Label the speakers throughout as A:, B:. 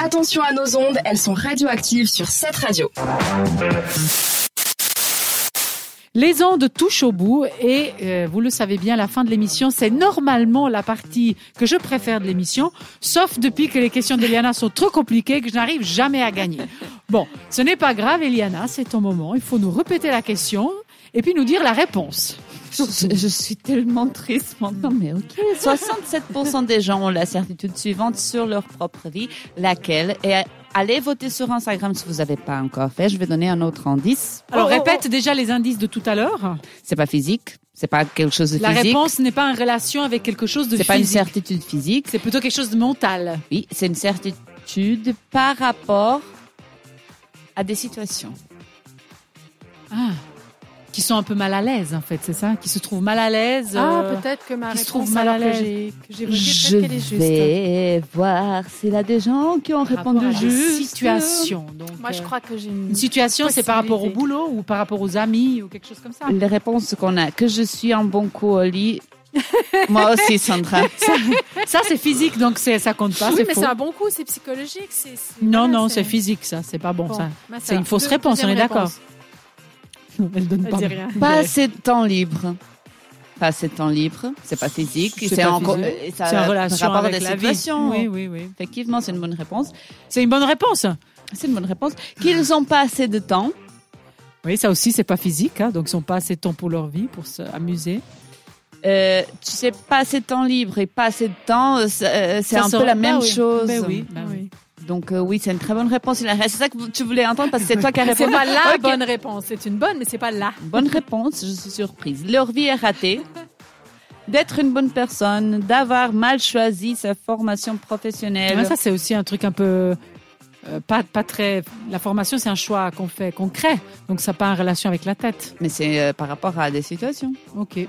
A: Attention à nos ondes, elles sont radioactives sur cette radio.
B: Les ondes touchent au bout et euh, vous le savez bien, la fin de l'émission, c'est normalement la partie que je préfère de l'émission, sauf depuis que les questions d'Eliana sont trop compliquées que je n'arrive jamais à gagner. Bon, ce n'est pas grave, Eliana, c'est ton moment. Il faut nous répéter la question et puis nous dire la réponse.
C: Je, je suis tellement triste maintenant, mais ok. 67% des gens ont la certitude suivante sur leur propre vie, laquelle est... Allez voter sur Instagram si vous n'avez pas encore fait. Je vais donner un autre indice.
B: Alors répète déjà les indices de tout à l'heure.
C: C'est pas physique, c'est pas quelque chose de
B: La
C: physique.
B: réponse n'est pas en relation avec quelque chose de
C: c'est pas une
B: physique.
C: certitude physique.
B: C'est plutôt quelque chose de mental.
C: Oui, c'est une certitude par rapport à des situations.
B: Ah. Qui sont un peu mal à l'aise, en fait, c'est ça Qui se trouvent mal à l'aise.
D: Ah,
B: euh,
D: peut-être que ma
B: qui
D: réponse,
B: se trouve mal
D: alors
B: à
D: que
B: l'aise.
D: j'ai que j'ai votée,
C: Je
D: peut-être qu'elle est juste.
C: vais voir s'il y a des gens qui ont
B: par rapport
C: répondu
B: à des
C: juste.
B: situations. Donc,
D: Moi, je
B: euh,
D: crois que j'ai une...
B: Une situation, c'est par rapport au
D: Possibilité.
B: boulot ou par rapport aux amis ou quelque chose comme ça.
C: Les réponses qu'on a, que je suis un bon coup au lit. Moi aussi, Sandra.
B: Ça, c'est physique, donc c'est- ça compte pas.
D: Ah, Oui,
B: c'est
D: mais
B: faux.
D: c'est un bon coup, c'est psychologique. c'est- c'est-
B: Non,
D: voilà,
C: Ah,
B: non, c'est physique, ça. C'est pas bon,
D: Bon,
B: ça.
D: bah,
B: C'est
D: va.
B: une fausse
D: Deux-
B: réponse, on est
D: deuxième
B: d'accord.
D: réponse.
B: Elle donne
D: Elle dit rien.
C: Pas assez de temps libre. Pas assez de temps libre. C'est pas physique.
B: C'est
C: C'est
B: pas
C: encore.
B: physique.
C: euh, ça
B: C'est en
C: a-
B: relation
C: par rapport
B: avec
C: à des
B: la vie.
C: situations.
B: Oui, oui, oui.
C: Effectivement, c'est une bonne réponse.
B: C'est une bonne réponse.
C: C'est une bonne réponse. Qu'ils n'ont pas assez de temps.
B: Oui, ça aussi, c'est pas physique. hein, donc, ils n'ont pas assez de temps pour leur vie, pour s'amuser.
C: Euh, tu sais, pas assez de temps libre et pas assez de temps, euh, c'est euh, c'est
B: Ça
C: un
B: se
C: peu la
B: reprend,
C: même
B: oui.
C: chose.
B: Ben oui,
D: Bah
B: ben oui.
C: Donc euh, oui, c'est une très bonne réponse. Il a- C'est ça que vous- tu voulais entendre parce que c'est toi qui as
D: C'est
C: répondu.
D: pas la
C: Ok.
D: bonne réponse. C'est une bonne, mais c'est pas la.
C: Bonne réponse, je suis surprise. Leur vie est ratée. D'être une bonne personne, d'avoir mal choisi sa formation professionnelle.
B: Ouais, ça, c'est aussi un truc un peu. euh, pas, pas très. La formation, c'est un choix qu'on fait, qu'on crée. Donc, ça n'a pas en relation avec la tête.
C: Mais c'est euh, par rapport à des situations.
B: OK.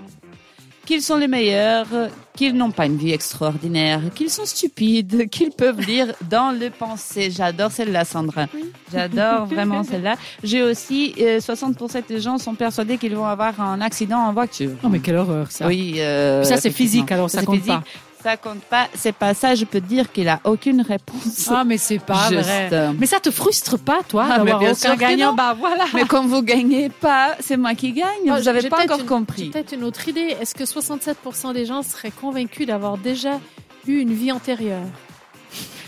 C: Qu'ils sont les meilleurs, euh, qu'ils n'ont pas une vie extraordinaire, qu'ils sont stupides, qu'ils peuvent lire dans le pensée. J'adore celle-là, Sandra. J'adore vraiment celle-là. J'ai aussi euh, 60% des gens sont persuadés qu'ils vont avoir un accident en voiture.
B: Non, mais quelle horreur, ça.
C: Oui. euh,
B: ça, c'est
C: effectivement.
B: physique, alors ça,
C: c'est
B: compte
C: physique.
B: pas.
C: Ça compte pas. C'est pas ça. Je peux te dire qu'il a aucune réponse.
B: Ah, mais c'est pas
C: Juste.
B: vrai. Mais ça te frustre pas, toi,
C: Ah, mais
B: d'avoir
C: bien sûr
B: aucun
C: que
B: gagnant
C: non.
B: Bah voilà.
C: Mais comme vous gagnez pas, c'est moi qui gagne.
D: Ah,
C: vous avez
D: j'ai
C: pas
D: peut-être
C: encore
D: une- J'ai
C: compris.
D: peut-être une autre idée. Est-ce que 67% des gens seraient convaincus d'avoir déjà eu une vie antérieure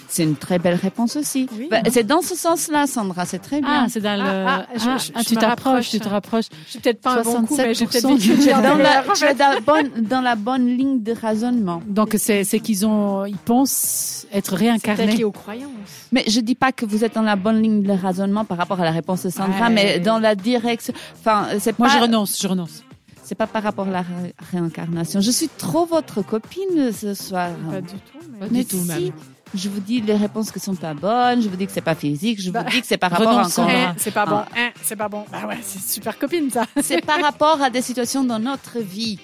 C: C'est une très belle réponse aussi.
D: Oui.
C: Bah, c'est dans ce sens-là, Sandra. C'est très bien.
B: Ah, c'est dans le.
D: Ah, ah, je- je- je
B: tu
D: me
B: t'approches,
D: rapproche.
B: tu te rapproches.
D: Je suis peut-être pas un bon coup, mais j'ai peut-être
B: 67%
D: vécu une
C: Tu
D: vie
C: es dans la,
D: antérieure.
C: tu es dans la bonne, dans la bonne ligne de raisonnement.
B: Donc c'est c'est qu'ils ont, ils pensent être
D: C'est peut-être lié
B: réincarnés.
D: aux croyances.
C: Mais je dis pas que vous êtes dans la bonne ligne de raisonnement par rapport à la réponse de Sandra,
B: Ouais.
C: mais dans la direction. Enfin, c'est
D: Ah.
B: Moi, je
C: pas,
B: renonce, je renonce.
C: c'est pas par rapport à la ré- réincarnation. Je suis trop votre copine ce soir.
D: Pas du tout, mais...
B: Pas
C: Mais
B: du tout,
C: si,
B: même.
C: Je vous dis les réponses qui sont pas bonnes. Je vous dis que c'est pas physique. Je
D: Bah,
C: vous dis que c'est par rapport à un
B: renonçons.
C: combat.
B: Sandra.
D: Hein, c'est pas bon, hein, c'est pas bon. Bah ouais, c'est super copine ça.
C: C'est par rapport à des situations dans notre vie.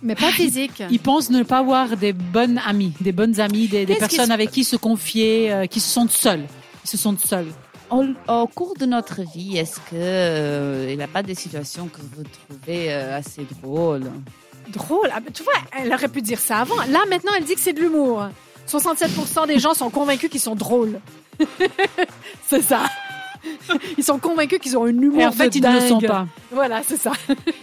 D: Mais pas physique.
B: Ils pensent ne pas avoir des bonnes amies, des bonnes amies, des, des
C: Qu'est-ce
B: personnes
C: qu'ils-
B: avec qui se confier, euh, qui se sentent seuls. Ils se sentent seuls.
C: Au, au cours de notre vie, est-ce que euh, il n'y a pas des situations que vous trouvez euh, assez drôles
D: Drôle. Ah, mais tu vois, elle aurait pu dire ça avant. Là, maintenant, elle dit que c'est de l'humour. 67% des gens sont convaincus qu'ils sont drôles. c'est ça. Ils sont convaincus qu'ils ont un humour.
B: Et en fait,
D: de
B: ils ne le
D: dingue.
B: sont pas.
D: Voilà, c'est ça.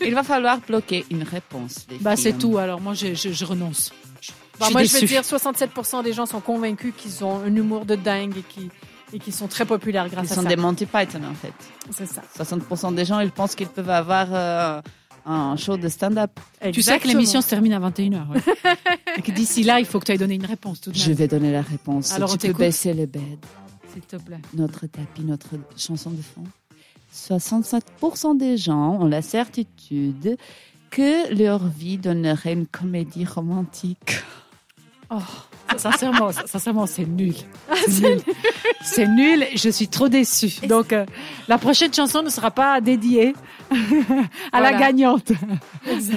C: Il va falloir bloquer une réponse. les
B: Bah
C: filles.
B: c'est
D: hein,
B: tout. Alors moi, je, je, je renonce. Je, je
D: Bah,
B: suis
D: moi, je
B: déçue.
D: veux dire, 67% des gens sont convaincus qu'ils ont un humour de dingue et qui et qui sont très populaires
C: Ils
D: grâce à
C: sont
D: ça.
C: des Monty Python en fait.
D: C'est ça.
C: 60% des gens, ils pensent qu'ils peuvent avoir euh, un show de stand-up.
B: Tu sais que
D: Exactement.
B: l'émission se termine à 21h. ouais. Et que d'ici là, il faut que tu ailles donner une réponse tout de
C: Je
B: même.
C: vais donner la réponse.
B: Alors, on
C: tu peux
B: t'écoute.
C: baisser le bed.
B: S'il te plaît.
C: notre tapis, notre chanson de fond. 65% des gens ont la certitude que leur vie donnerait une comédie romantique.
B: Oh, sincèrement, sincèrement, c'est nul.
D: Ah,
B: C'est nul. C'est nul. Je suis trop déçue. Donc, euh, la prochaine chanson ne sera pas dédiée à la
D: Voilà.
B: gagnante.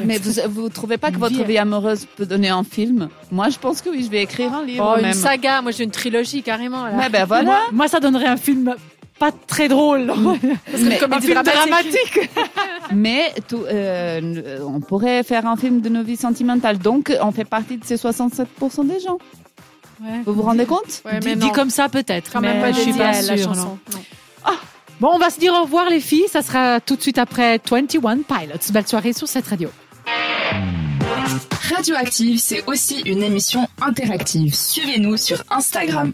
C: Mais vous vous trouvez pas que
B: Une
C: votre
B: vie-
C: vie amoureuse peut donner un film Moi, je pense que oui, je vais écrire un livre
D: Oh, une
C: même.
D: saga. Moi, j'ai une trilogie carrément. Là.
C: Mais ben voilà.
B: Moi, moi, ça donnerait un film pas très drôle.
D: Parce que
C: mais-
D: le comédie
B: un film
C: Mais tout, euh, on pourrait faire un film de nos vies sentimentales. Donc, on fait partie de ces 67% des gens.
B: Ouais.
C: Vous vous rendez compte
D: Ouais,
B: dit,
D: mais
B: dit
D: non.
B: comme ça peut-être,
D: quand
B: mais
D: même pas
B: je suis
D: dédié
B: pas
D: à
B: sûre.
D: la
B: non.
D: chanson. Non.
B: Bon, on va se dire au revoir les filles. Ça sera tout de suite après 21 Pilots. Belle soirée sur cette radio.
A: Radioactive, c'est aussi une émission interactive. Suivez-nous sur Instagram.